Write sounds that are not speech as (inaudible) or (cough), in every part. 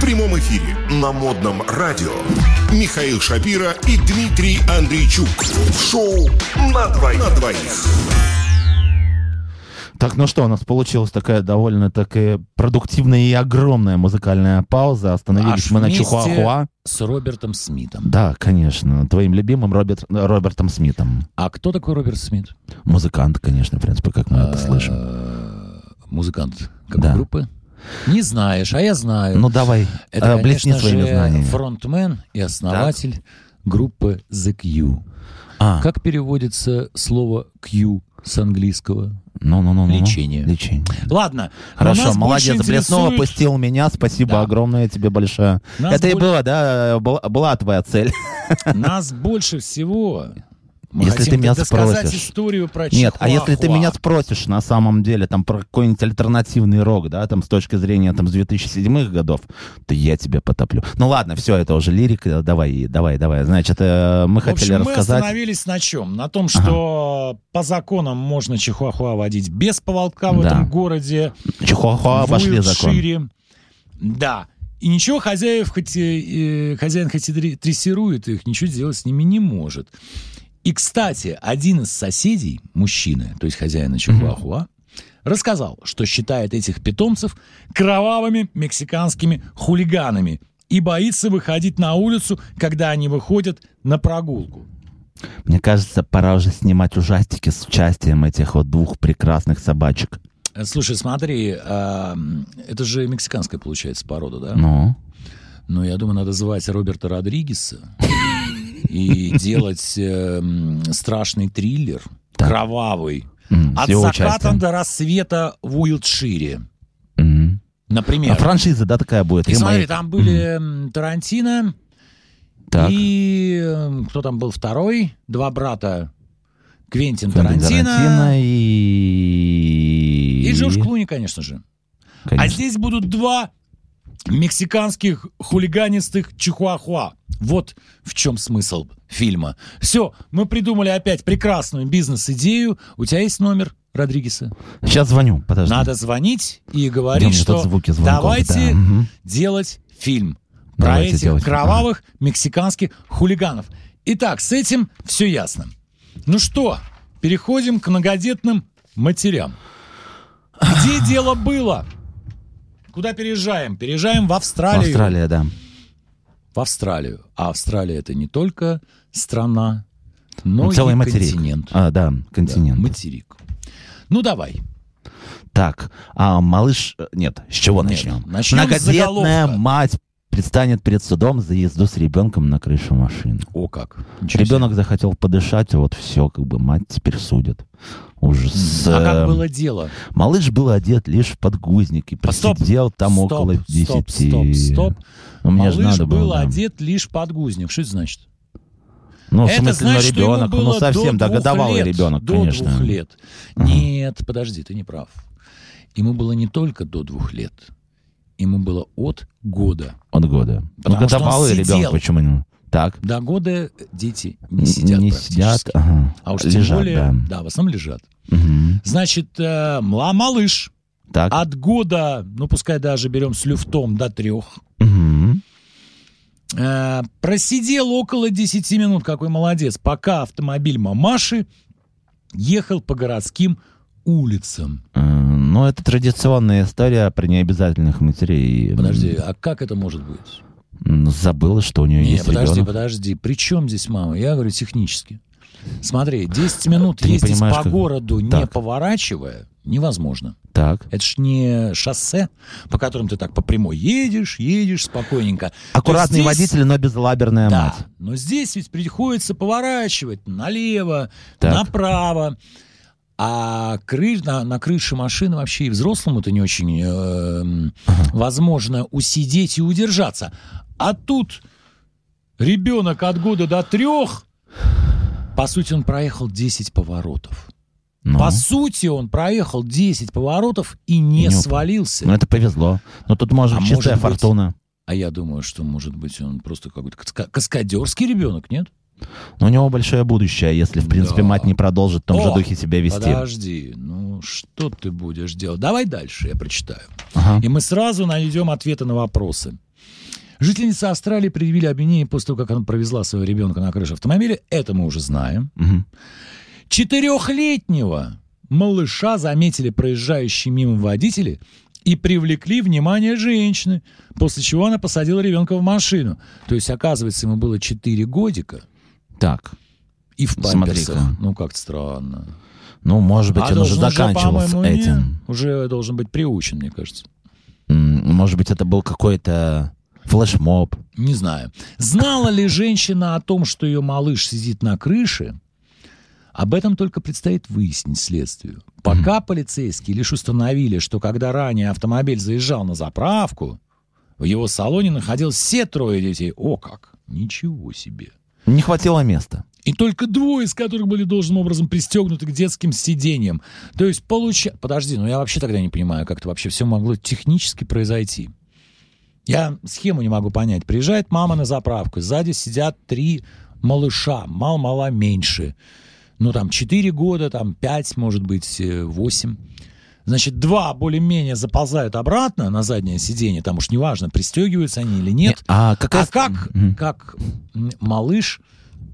прямом эфире на модном радио Михаил Шапира и Дмитрий Андрейчук. В шоу на двоих. На двоих. Так, ну что, у нас получилась такая довольно такая продуктивная и огромная музыкальная пауза. Остановились Аж мы на вместе. Чухуахуа. С Робертом Смитом. Да, конечно, твоим любимым Роберт, Робертом Смитом. А кто такой Роберт Смит? Музыкант, конечно, в принципе, как мы это слышим. Э, Музыкант какой Да. группы? Не знаешь, а я знаю. Ну давай, Это, э, блесни конечно своими же, знаниями. фронтмен и основатель группы The Q. А, Как переводится слово Q с английского? ну, ну, ну, ну, ну. Лечение. Лечение. Ладно. но Хорошо, нас больше молодец, блеснул, интересует- опустил меня, спасибо Да. огромное тебе большое. Нас это и боль- было, да, была, была твоя цель. Нас больше всего. Если хотим ты меня досказать спросишь. историю про Нет, а если ты Чихуахуа. меня спросишь на самом деле там про какой-нибудь альтернативный рок, да, там с точки зрения там с 2007 годов, то я тебя потоплю. Ну ладно, все, это уже лирика, давай, давай, давай. Значит, э, мы В общем, хотели мы рассказать... остановились на чем? На том, что по законам можно чихуахуа водить без поводка в Да. этом городе. Чихуахуа в обошли закон. Уилтшире. Да. И ничего хозяев, хоть, и, э, хозяин хоть и дре- трессирует их, ничего сделать с ними не может. И, кстати, один из соседей, мужчина, то есть хозяина Чихуахуа, рассказал, что считает этих питомцев кровавыми мексиканскими хулиганами и боится выходить на улицу, когда они выходят на прогулку. Мне кажется, пора уже снимать ужастики с участием этих вот двух прекрасных собачек. Э, Слушай, смотри, а, м, это же мексиканская, получается, порода, да? Ну, Ну, я думаю, надо звать Роберта Родригеса и (laughs) делать э, м, страшный триллер, Так. кровавый, м, с от его заката участием. до рассвета в Уилтшире, М. А например. франшиза, да, такая будет? И смотри, ремейк? там были м, Тарантино Так. и э, кто там был второй? Два брата. Квентин Квентин Тарантино. Тарантино и... И Джордж Клуни, конечно же. А Конечно. здесь будут два мексиканских хулиганистых чихуахуа. Вот в чем смысл фильма. Все, мы придумали опять прекрасную бизнес-идею. У тебя есть номер Родригеса? Сейчас звоню, подожди. Надо звонить и Да, у говорить, меня что тут звуки звонков, давайте да, мгм. делать фильм про Давайте этих делать фильм, кровавых мексиканских хулиганов. Итак, с этим все ясно. Ну что, переходим к многодетным матерям. (sighs) Где дело было? Куда переезжаем? Переезжаем в Австралию. Австралия, да. В Австралию. А Австралия это не только страна, но Ну, целый и материк. континент. А, да, Да, континент. материк. Ну давай. Так, а малыш... э, Нет, с чего Нет, начнем? начнем с Многодетная заголовка. мать предстанет перед судом за езду с ребенком на крышу машины. О как. Ничего себе. Ребенок захотел подышать, и вот все, как бы мать теперь судит. Ужас. А Э, как было дело? Малыш был одет лишь в подгузник и А, стоп, просидел там стоп, около стоп, 10. стоп, стоп. Ну, мне же Малыш надо был было, да. одет лишь подгузник. Что это значит? Ну, в это смысле, ну, значит, что ему ребенок, ну, было совсем, до да, двух годовалый лет. ребенок, до конечно. двух лет. Нет, подожди, ты не прав. Ему было не только до двух лет. Ему было от года. От года. Потому ну, что он годовалый сидел. ребенок, почему не? Так. До года дети не сидят Не практически. сидят, ага. А уж тем лежат, более, да. в основном лежат. Мгм. Значит, э, мла- малыш Так. от года, ну пускай даже берем с люфтом до трех, Мгм. Э, просидел около 10 минут, какой молодец, пока автомобиль мамаши ехал по городским улицам. Э, Ну, это традиционная история про необязательных матерей. Подожди, а как это может быть? М, Забыла, что у нее Не, есть подожди, ребенок. подожди. При чем здесь мама? Я говорю технически. Смотри, 10 минут Ты не ездить понимаешь, по как- городу, не Так. поворачивая, невозможно. Так. Это ж не шоссе, по которым ты так по прямой едешь, едешь спокойненько. Аккуратный здесь- водитель, но безлаберная Да, мать. но здесь ведь приходится поворачивать налево, Так. направо. А кры- на, на крыше машины вообще и взрослому-то не очень эм, возможно усидеть и удержаться. А тут ребенок от года до трех, по сути, он проехал 10 поворотов. Ну, По сути, он проехал 10 поворотов и не, Не упал. свалился. ну, это повезло. Но тут может А быть чистая может быть- фортуна. А я думаю, что, может быть, он просто какой-то каска- каскадерский ребенок, нет? Но у него большое будущее, если, в принципе, Да. мать не продолжит в том же О, духе себя вести. Подожди, ну что ты будешь делать? Давай дальше, я прочитаю. Ага. И мы сразу найдем ответы на вопросы. Жительница Австралии предъявили обвинение после того, как она провезла своего ребенка на крыше автомобиля. Это мы уже знаем. Мгм. Четырехлетнего малыша заметили проезжающие мимо водители и привлекли внимание женщины, после чего она посадила ребенка в машину. То есть, оказывается, ему было 4 годика Так. и в Смотри-ка. памперсах. Ну, как странно. Ну, может быть, А он уже должен заканчивал с по-моему, не. этим. Уже должен быть приучен, мне кажется. М, Может быть, это был какой-то флешмоб. Не знаю. Знала ли женщина о том, что ее малыш сидит на крыше? Об этом только предстоит выяснить следствию. Пока полицейские лишь установили, что когда ранее автомобиль заезжал на заправку, в его салоне находилось все трое детей. О как! Ничего себе! Не хватило места. И только двое из которых были должным образом пристегнуты к детским сиденьям. То есть получа... Подожди, ну я вообще тогда не понимаю, как это вообще все могло технически произойти. Я схему не могу понять. Приезжает мама на заправку, сзади сидят три малыша, мал-мала меньше. Ну там 4 года, там 5, может быть, 8. Значит, два более-менее заползают обратно на заднее сиденье, там уж неважно, пристегиваются они или нет. А какая... А как, Мгм. как м, малыш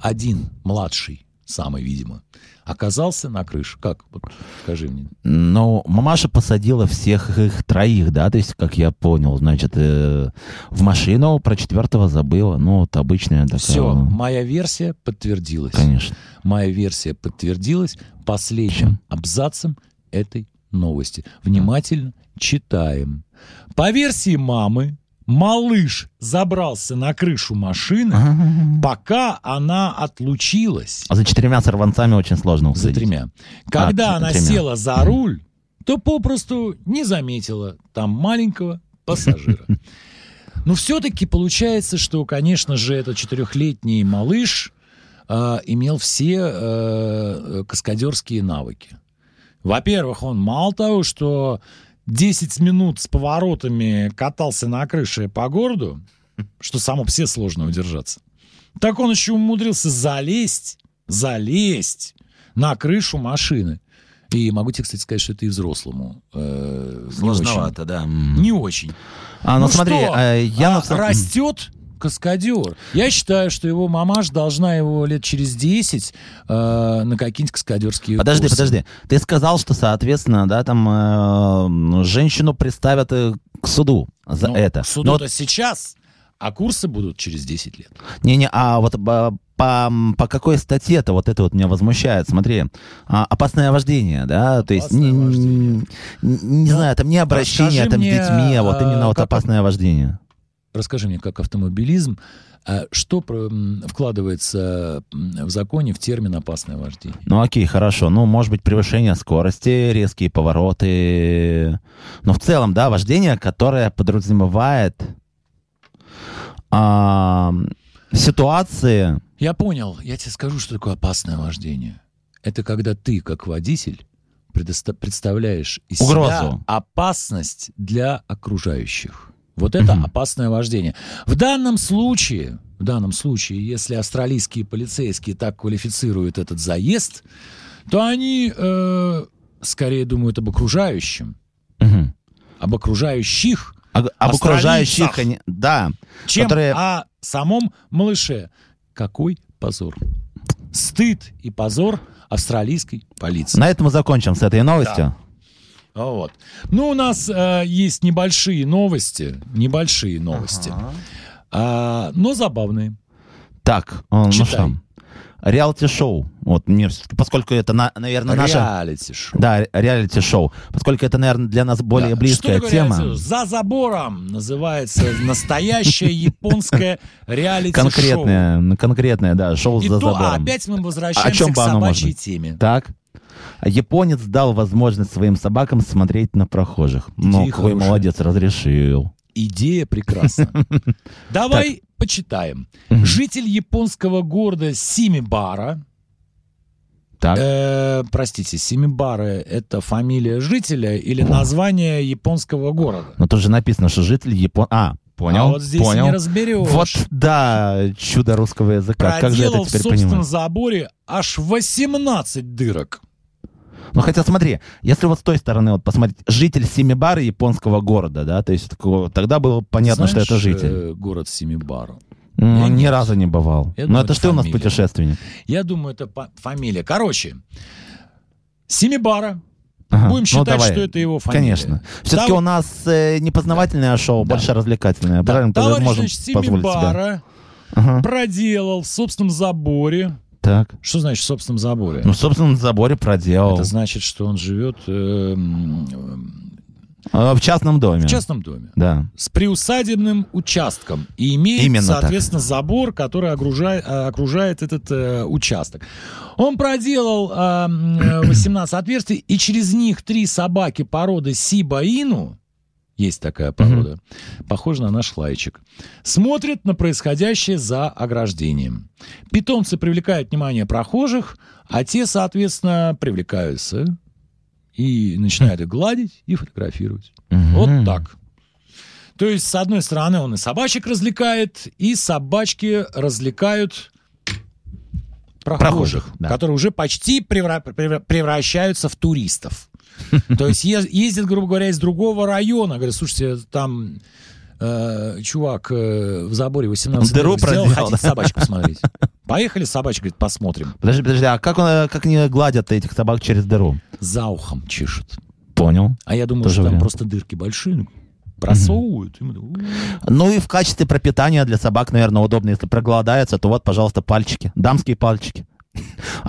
один, младший, самый, видимо, оказался на крыше? Как? Вот, скажи мне. Ну, мамаша посадила всех их троих, да, то есть, как я понял, значит, э, в машину про четвертого забыла. Ну, вот обычная такая. Все, ну, моя версия подтвердилась. Конечно. Моя версия подтвердилась последним абзацем этой новости. Внимательно читаем. По версии мамы, малыш забрался на крышу машины, А пока она отлучилась. за четырьмя сорванцами очень сложно За уследить. тремя. Когда А, она тремя. села за руль, то попросту не заметила там маленького (laughs) пассажира. Но все-таки получается, что, конечно же, этот четырехлетний малыш э, имел все э, каскадерские навыки. Во-первых, он мало того, что 10 минут с поворотами катался на крыше по городу, что само все сложно удержаться. Так он еще умудрился залезть, залезть на крышу машины. И могу тебе, кстати, сказать, что это и взрослому. э, не Сложновато, да. очень. М. Не очень. А, ну, Ну смотри, что? э, я... на А самом- растет каскадер. Я считаю, что его мамаш должна его лет через 10 э, на какие-нибудь каскадерские Подожди, курсы. подожди. Ты сказал, что, соответственно, да, там э, ну, женщину приставят э, к суду за Ну, это. Суду-то Но сейчас, а курсы будут через 10 лет. Не-не, а вот ба- по, по какой статье-то вот это вот меня возмущает? Смотри, а, опасное вождение, да, то есть, не, Опасное не- не Ну, знаю, там не обращение расскажи там, с мне, детьми, а вот а, именно вот как- опасное вождение. Расскажи мне, как автомобилизм, э, что про- м, вкладывается м, в законе в термин «опасное вождение»? Ну окей, хорошо, ну может быть превышение скорости, резкие повороты, но в целом, да, вождение, которое подразумевает а, ситуации, Я понял, я тебе скажу, что такое опасное вождение. Это когда ты, как водитель, предоста- представляешь из себя Угрозу. опасность для окружающих. Вот это Мгм. опасное вождение. В данном случае, в данном случае, если австралийские полицейские так квалифицируют этот заезд, то они э, скорее думают об окружающем, мгм, об окружающих, об- а, об Австралийцах. окружающих, они- да, чем Которые- о самом малыше. Какой позор. Стыд и позор австралийской полиции. На этом мы закончим с этой новостью. Вот. Ну, у нас э, есть небольшие новости. Небольшие новости. А, но забавные. Так, э, ну Читай. что? Реалити-шоу. Вот мне, всё-таки, поскольку это, на- наверное, наша... Реалити-шоу. Да, реалити-шоу. Поскольку это, наверное, для нас более Да. близкая Что такое тема. реалити-шоу? За забором называется (laughs) настоящее японское реалити-шоу. Конкретная, ну, конкретная, да, шоу И за то забором. опять мы возвращаемся чем к бы оно собачьей может быть? теме. Так. Японец дал возможность своим собакам смотреть на прохожих. Ну, Идея какой хорошая. молодец, разрешил. (laughs) Идея прекрасна. Давай почитаем. Мгм. Житель японского города Симибара, Так. э, простите, Симибара это фамилия жителя или название японского города? Но тут же написано, что житель Япон... А, понял, А вот здесь понял. не разберешь. вот, да, чудо русского языка. Как же я это Проделал в теперь собственном понимаю? заборе аж 18 дырок. Ну, хотя смотри, если вот с той стороны вот посмотреть, житель Семибара японского города, да, то есть такого, тогда было понятно, Знаешь, что это житель. э, город Семибару. Ну, я ни нет. разу не бывал. Я Ну, думаю, это это что у нас фамилия. путешественник? Я думаю, это па- фамилия. Короче, Семибара. Ага, Будем ну, считать, давай. что это его фамилия. Конечно. Все-таки Тав- у нас э, не познавательное шоу, Да. больше развлекательное. Да, Правильно, тогда товарищ, можем значит, позволить себе. Семибара Ага. проделал в собственном заборе. Так. Что значит в собственном заборе? Ну, собственно, на заборе проделал. Это значит, что он живет э, м, А, В частном доме. в частном доме. Да. С приусадебным участком. И имеет, Именно так. соответственно, забор, который окружает, окружает этот э, участок. Он проделал э, м, э, 18 отверстий, и через них три собаки породы Сибаину, есть такая порода, похожа на наш лайчик, смотрят на происходящее за ограждением. Питомцы привлекают внимание прохожих, а те, соответственно, привлекаются и начинают их гладить и фотографировать. Вот Мгм. так. То есть, с одной стороны, он и собачек развлекает, и собачки развлекают прохожих, Прохожих, да. которые уже почти превра- превра- превращаются в туристов. (laughs) То есть е- ездит, грубо говоря, из другого района. Говорит, слушайте, там э, чувак э, в заборе 18 Дыру дырок сделал, проделал, хотите да? (laughs) собачку посмотреть? Поехали собачку, говорит, посмотрим. Подожди, подожди, а как, он, э, как они гладят этих собак через дыру? За ухом чешет. Понял. А я думаю, Тоже что там вариант. просто дырки большие ну, просовывают. и мы так, «У-у-у». Ну и в качестве пропитания для собак, наверное, удобно. Если проголодается, то вот, пожалуйста, пальчики. Дамские пальчики.